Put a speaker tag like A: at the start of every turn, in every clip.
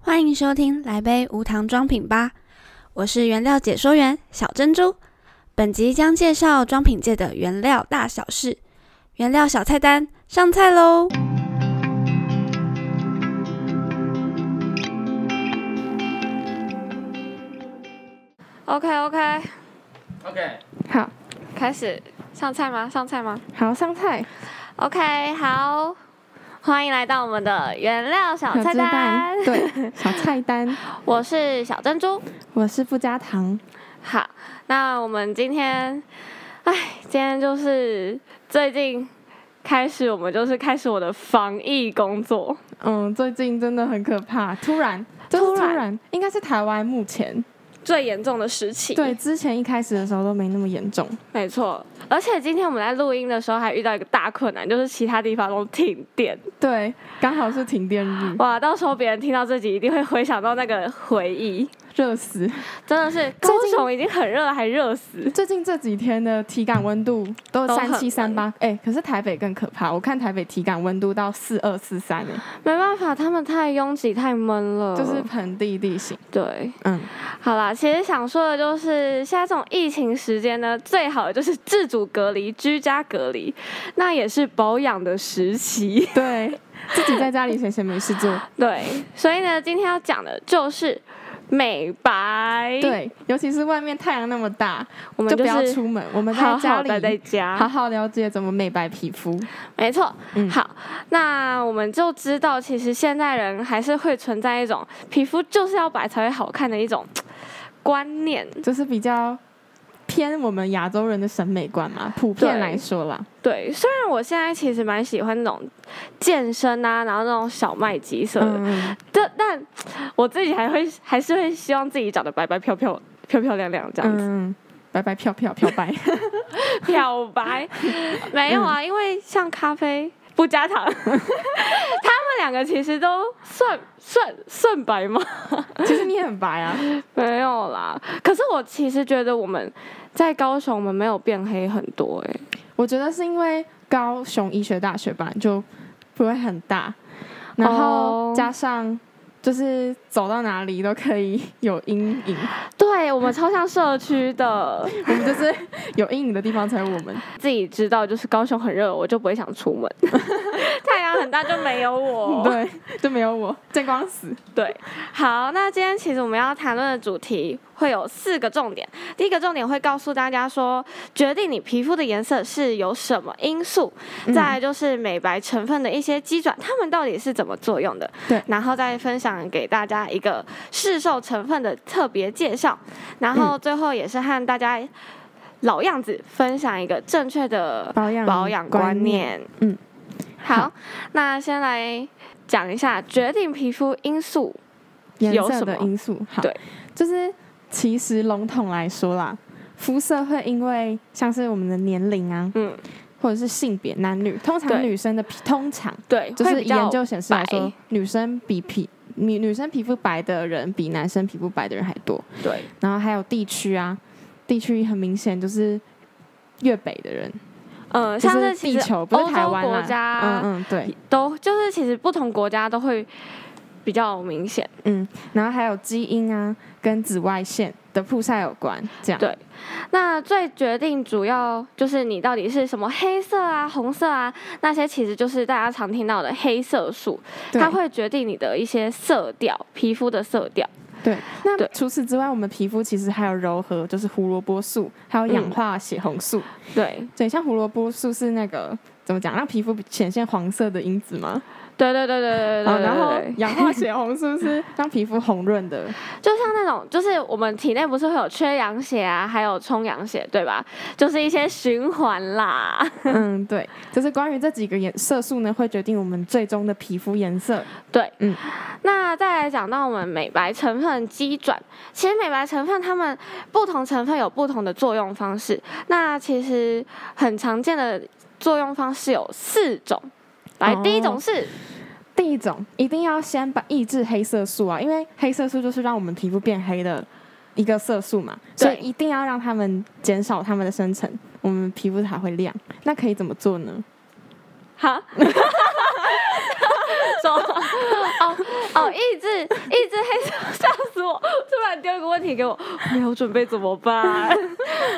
A: 欢迎收听《来杯无糖装品吧》，我是原料解说员小珍珠。本集将介绍装品界的原料大小事，原料小菜单上菜喽！
B: OK OK，
C: OK，
B: 好，
A: 开始上菜吗？上菜吗
B: 好上菜。
A: ？OK，好，欢迎来到我们的原料小菜
B: 小
A: 单。
B: 对，小菜 单。
A: 我是小珍珠。
B: 我是傅家堂，
A: 好，那我们今天，哎，今天就是最近开始，我们就是开始我的防疫工作。
B: 嗯，最近真的很可怕，突然，真的
A: 突
B: 突
A: 然
B: 然，应该是台湾目前
A: 最严重的时期，
B: 对，之前一开始的时候都没那么严重，
A: 没错。而且今天我们在录音的时候还遇到一个大困难，就是其他地方都停电。
B: 对，刚好是停电日，
A: 哇，到时候别人听到这集一定会回想到那个回忆，
B: 热死。
A: 真的是高雄已经很热了，还热死。
B: 最近这几天的体感温度都
A: 都很
B: 三七三八，哎，可是台北更可怕，我看台北体感温度到四二四三，哎，
A: 没办法，他们太拥挤、太闷了。
B: 就是盆地地形，
A: 对，
B: 哦嗯，
A: 好啦，其实想说的就是，现在这种疫情时间呢，最好的就是自主隔离、居家隔离，那也是保养的时 期。
B: 对，自己在家里闲闲没事 做，
A: 对，所以呢，今天要讲的就是美白。，
B: 对，尤其是外面太阳那么大，
A: 我们
B: 就不要
A: 是
B: 出门，我们
A: 好
B: 在家
A: 好
B: 里
A: 待在家。
B: 好好了解怎么美白皮肤。
A: 没错。
B: 嗯
A: 好，那我们就知道，其实现代人还是会存在一种皮肤就是要白才会好看的一种观念。
B: 嗯就是比较偏我们亚洲人的审美观嘛，普遍
A: 对
B: 来说啦。
A: 对，虽然我现在其实蛮喜欢那种健身啊，然后那种小麦肌色的，
B: 嗯，
A: 但但我自己还会还是会希望自己长得白白漂漂、漂漂亮亮这样子，
B: 嗯，白白漂漂漂 白，
A: 漂白没有
B: 嗯
A: 啊，因为像咖啡不加糖， 他们两个其实都算算算白吗？
B: 其实你很白啊。
A: 没有啦，可是我其实觉得我们在高雄我们没有变黑很多哎、
B: 我觉得是因为高雄医学大学吧，就不会很大，然后
A: 哦
B: 加上。就是走到哪里都可以有阴影，
A: 对我们超像社区的，
B: 我们就是有阴影的地方才有我们。
A: 自己知道就是高雄很热，我就不会想出 门，太阳很大就没有我。
B: 对，就没有我，见光死。
A: 对，好，那今天其实我们要谈论的主题会有四个重点。第一个重点会告诉大家说，决定你皮肤的颜色是由什么因素，
B: 嗯
A: 再来就是美白成分的一些基转，它们到底是怎么作用的。
B: 对
A: 然后再分享给大家一个市售成分的特别介绍，然
B: 嗯
A: 后最后也是和大家老样子分享一个正确的
B: 保养
A: 保养观。念。
B: 嗯，
A: 好，那先来讲一下决定皮肤因素。
B: 颜
A: 有
B: 色
A: 什
B: 的
A: 么
B: 因素。好
A: 对，
B: 就是其实笼统来说啦，肤色会因为像是我们的年龄啊，
A: 嗯，
B: 或者是性别，男女，通
A: 对
B: 常女生的皮通常
A: 对，
B: 就
A: 会
B: 是
A: 比较
B: 研究显示来
A: 白
B: 说，女生比皮女女生皮肤白的人比男生皮肤白的人还多，
A: 对，
B: 然后还有地区啊，地区很明显就是。越北的人，
A: 嗯，
B: 就
A: 像是
B: 是
A: 其
B: 地
A: 实
B: 球，不
A: 欧
B: 是台
A: 洲
B: 湾
A: 国
B: 啦。嗯
A: 家
B: 嗯，对，
A: 都就是其实不同国家都会比较明显。
B: 嗯，然后还有基因啊，跟紫外线的曝晒有关，这样。
A: 对那最决定主要就是你到底是什么黑色啊、红色啊，那些其实就是大家常听到的黑色素，
B: 对
A: 它会决定你的一些色调，皮肤的色调。
B: 对，那
A: 对
B: 除此之外，我们皮肤其实还有柔和，就是胡萝卜素，还有氧化血红素。
A: 嗯对，
B: 对，像胡萝卜素是那个怎么讲，让皮肤显现黄色的因子吗？
A: 对对对对对对
B: 哦
A: 对
B: 然后
A: 对
B: 氧化血红素是让皮肤红润 的。
A: 就像那种，就是我们体内不是会有缺氧血啊，还有充氧血，对吧？就是一些循环啦。
B: 嗯，对，就是关于这几个颜色素呢，会决定我们最终的皮肤颜色。
A: 对，
B: 嗯。
A: 那再来讲到我们美白成分基转，其实美白成分它们不同成分有不同的作用方式。那其实很常见的作用方式有四种。来，
B: 哦
A: 第一种是
B: 第一种一定要先把抑制黑色素啊，因为黑色素就是让我们皮肤变黑的一个色素嘛，
A: 对
B: 所以一定要让它们减少它们的生成，我们皮肤才会亮。那可以怎么做呢？
A: 哈。 什么？哦哦，抑制抑制丢一个问题给我，没有准备怎么 办？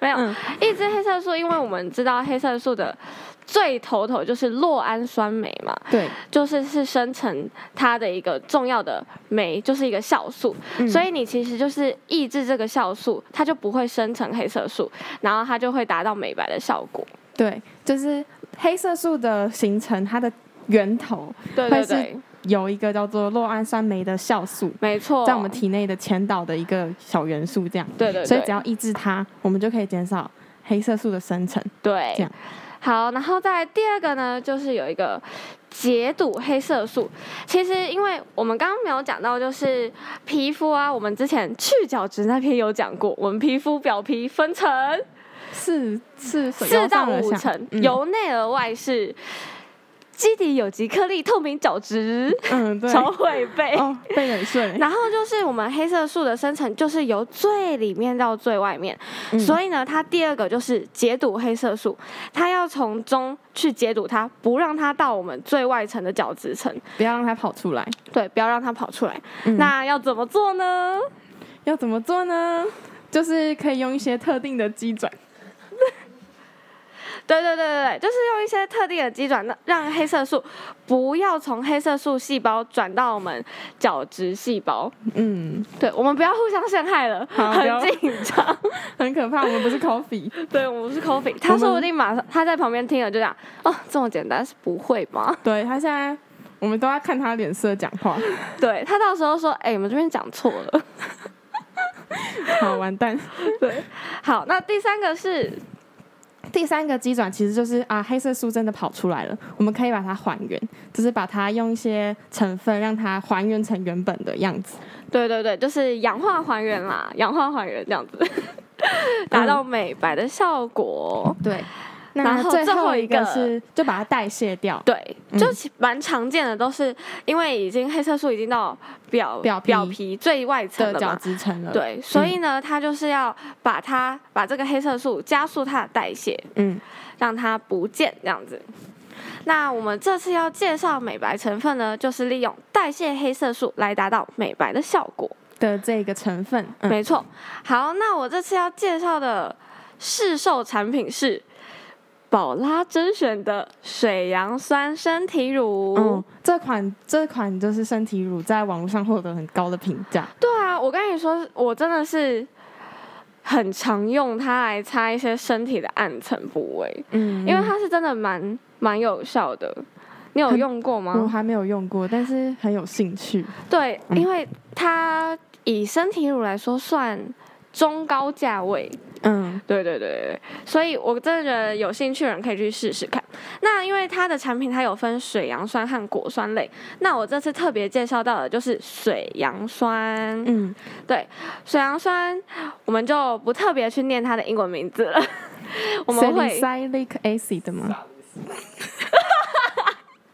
A: 没有
B: 嗯，
A: 抑制黑色素，因为我们知道黑色素的最头头就是酪氨酸酶嘛，
B: 对，
A: 就是是生成它的一个重要的酶，就是一个酵素，
B: 嗯
A: 所以你其实就是抑制这个酵素，它就不会生成黑色素，然后它就会达到美白的效果。
B: 对，就是黑色素的形成，它的源头
A: 对
B: 会
A: 对
B: 是
A: 对，
B: 有一个叫做酪氨酸酶的酵素，
A: 没错，
B: 在我们体内的前导的一个小元素，这样，
A: 对对对，
B: 所以只要抑制它，我们就可以减少黑色素的生成。
A: 对
B: 这样
A: 好，然后再来第二个呢，就是有一个解毒黑色素。其实因为我们刚刚没有讲到，就是皮肤啊，我们之前去角质那篇有讲过，我们皮肤表皮分层
B: 四四
A: 四到五层，
B: 由
A: 由内而外是基底有极颗粒、透明角质，
B: 嗯嗯对
A: 超会背。
B: 哦被冷睡，
A: 然后就是我们黑色素的生成，就是由最里面到最外面，
B: 嗯
A: 所以呢，它第二个就是解毒黑色素，它要从中去解毒它，不让它到我们最外层的角质层，
B: 以不要让它跑出来。
A: 对，不要让它跑出来。
B: 嗯
A: 那要怎么做呢？
B: 要怎么做呢？就是可以用一些特定的机转，
A: 对对对对对，就是用一些特定的机转，让让黑色素不要从黑色素细胞转到我们角质细胞。
B: 嗯，
A: 对，我们不要互相陷害了，
B: 好不
A: 很
B: 要
A: 紧张。
B: 很可怕。我们不是 coffee，
A: 对，我们是 coffee，他说不定马上他在旁边听了就讲，哦，这么简单是不会吗？
B: 对他现在我们都要看他脸色讲 话。
A: 对他到时候说，哎、你们这边讲错了。
B: 好，完蛋。
A: 对，好，那第三个是，
B: 第三个机转其实就是啊，黑色素真的跑出来了，我们可以把它还原，就是把它用一些成分让它还原成原本的样子。
A: 对对对，就是氧化还原啦，氧化还原这样子，
B: 嗯
A: 达到美白的效果。
B: 对，那
A: 然后
B: 最
A: 最后
B: 后
A: 一
B: 一个
A: 个
B: 是就把它代谢掉。
A: 对，就其蛮常见的，都是因为已经黑色素已经到表
B: 表皮嗯
A: 表皮最外层
B: 的
A: 了
B: 角
A: 嘛，
B: 质层了，，
A: 对，所以呢，它就是要把它把这个黑色素加速它的代谢，
B: 嗯，
A: 让它不见这样子。那我们这次要介绍美白成分呢，就是利用代谢黑色素来达到美白的效果。
B: 的这个成分，嗯，
A: 没错。好，那我这次要介绍的市售产品是宝拉甄选的水杨酸身体乳。
B: 嗯，这款这款就是身体乳在网络上获得很高的评价，
A: 对啊，我跟你说，我真的是很常用它来擦一些身体的暗沉部位，
B: 嗯
A: 因为它是真的蛮蛮有效的。你有
B: 很
A: 用过吗？
B: 我还没有用过，但是很有兴趣，
A: 对，
B: 嗯
A: 因为它以身体乳来说算中高价位，
B: 嗯，
A: 对对对对，所以我真的觉得有兴趣的人可以去试试看。那因为它的产品它有分水杨酸和果酸类，那我这次特别介绍到的就是水杨酸。
B: 嗯，
A: 水杨酸我们就不特别去念它的英文名字了，我们会
B: salicylic acid 的吗？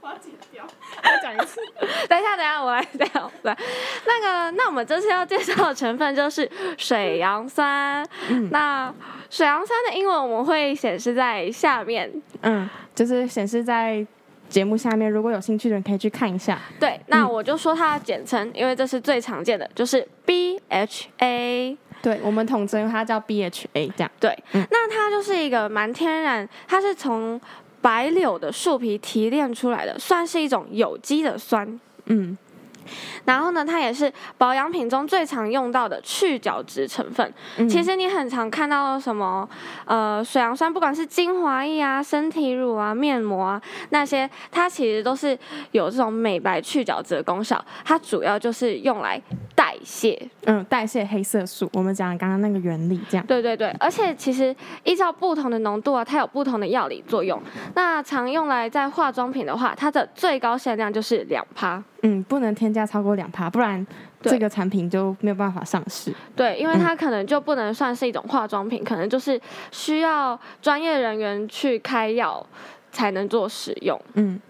B: 我要剪掉，再讲一次，
A: 等一下，等一下，我来，等一下，我来。那个，那我们这次要介绍的成分就是水杨酸。那水杨酸的英文我们会显示在下面。
B: 嗯，就是显示在节目下面，如果有兴趣的人可以去看一下，
A: 对，那我就说它的简称，因为这是最常见的，就是 BHA。
B: 对我们统称它叫 BHA 这样，
A: 对，那它就是一个蛮天然，它是从白柳的树皮提炼出来的，算是一种有机的酸。
B: 嗯，
A: 然后呢，它也是保养品中最常用到的去角质成分。
B: 嗯
A: 其实你很常看到什么，呃，水杨酸，不管是精华液啊、身体乳啊、面膜啊那些，它其实都是有这种美白去角质的功效。它主要就是用来代谢。
B: 嗯，代谢黑色素，我们讲刚刚那个原理这样，
A: 对对对，而且其实依照不同的浓度啊，它有不同的药理作用。那常用来在化妆品的话，它的最高限量就是两趴。
B: 嗯，不能添加超过两趴，不然
A: 对嗯
B: 这个产品就没有办法上市。
A: 对，因为它可能就不能算是一种化妆品，可能就是需要专业人员去开药才能做使用。
B: 嗯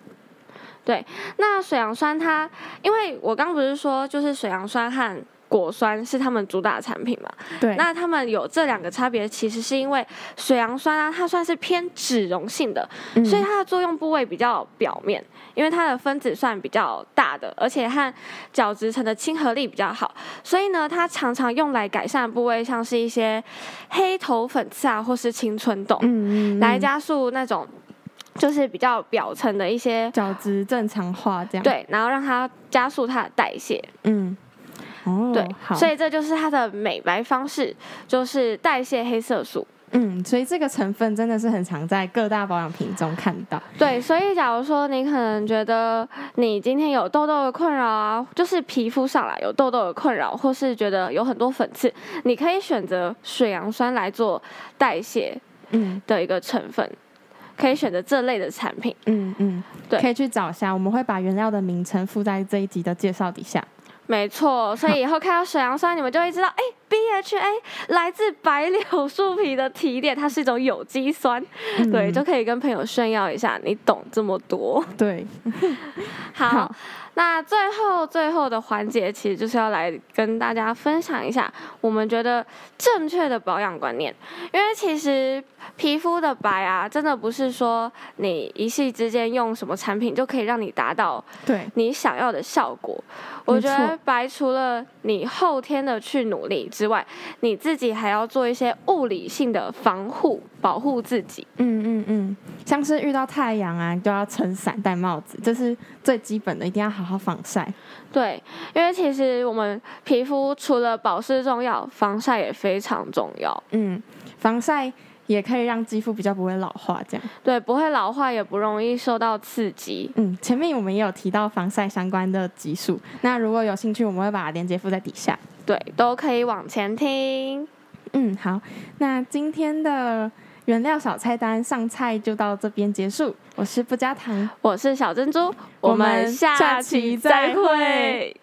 A: 那水杨酸它，因为我刚不是说就是水杨酸和果酸是他们主打产品嘛。
B: 对，
A: 那他们有这两个差别，其实是因为水杨酸啊，它算是偏脂溶性的，
B: 嗯
A: 所以它的作用部位比较表面，因为它的分子算比较大的，而且和角质层的亲和力比较好，所以呢，它常常用来改善的部位，像是一些黑头粉刺啊，或是青春痘，
B: 嗯嗯嗯
A: 来加速那种就是比较表层的一些
B: 角质正常化这样。，
A: 对，然后让它加速它的代谢。
B: 嗯，哦，
A: 对，
B: 好，
A: 所
B: 以
A: 以这就是它的美白方式，就是代谢黑色素。
B: 嗯，所以这个成分真的是很常在各大保养品中看到。
A: 对，所以假如说你可能觉得你今天有痘痘的困扰啊，就是皮肤上来有痘痘的困扰，或是觉得有很多粉刺，你可以选择水杨酸来做代谢
B: 嗯
A: 的一个成分，可以选择这类的产品。
B: 嗯嗯，
A: 对
B: 可以去找一下，我们会把原料的名称附在这一集的介绍底下。
A: 没错，所以以后看到水杨酸，你们就会知道，哎，BHA 来自白柳树皮的提炼，它是一种有机酸，嗯
B: 嗯
A: 对，就可以跟朋友炫耀一下，你懂这么多。
B: 对，
A: 好，
B: 好
A: 那最后最后的环节，其实就是要来跟大家分享一下我们觉得正确的保养观念，因为其实皮肤的白啊，真的不是说你一夕之间用什么产品就可以让你达到
B: 对，
A: 你想要的效果。我
B: 没
A: 觉
B: 错
A: 得白除了你后天的去努力之外，你自己还要做一些物理性的防护，保护自己。
B: 嗯嗯嗯，像是遇到太阳啊，就要撑伞、戴帽子，这是最基本的，一定要好好防晒。
A: 对，因为其实我们皮肤除了保湿重要，防晒也非常重要。
B: 嗯，防晒也可以让肌肤比较不会老化，这样。
A: 对，不会老化，也不容易受到刺激。
B: 嗯，前面我们也有提到防晒相关的集数，那如果有兴趣，我们会把链接附在底下。
A: 对，都可以往前听。
B: 嗯，好，那今天的原料小菜单上菜就到这边结束。我是不加糖，
A: 我是小珍珠，
B: 我们
A: 下
B: 下期再
A: 会
B: 会。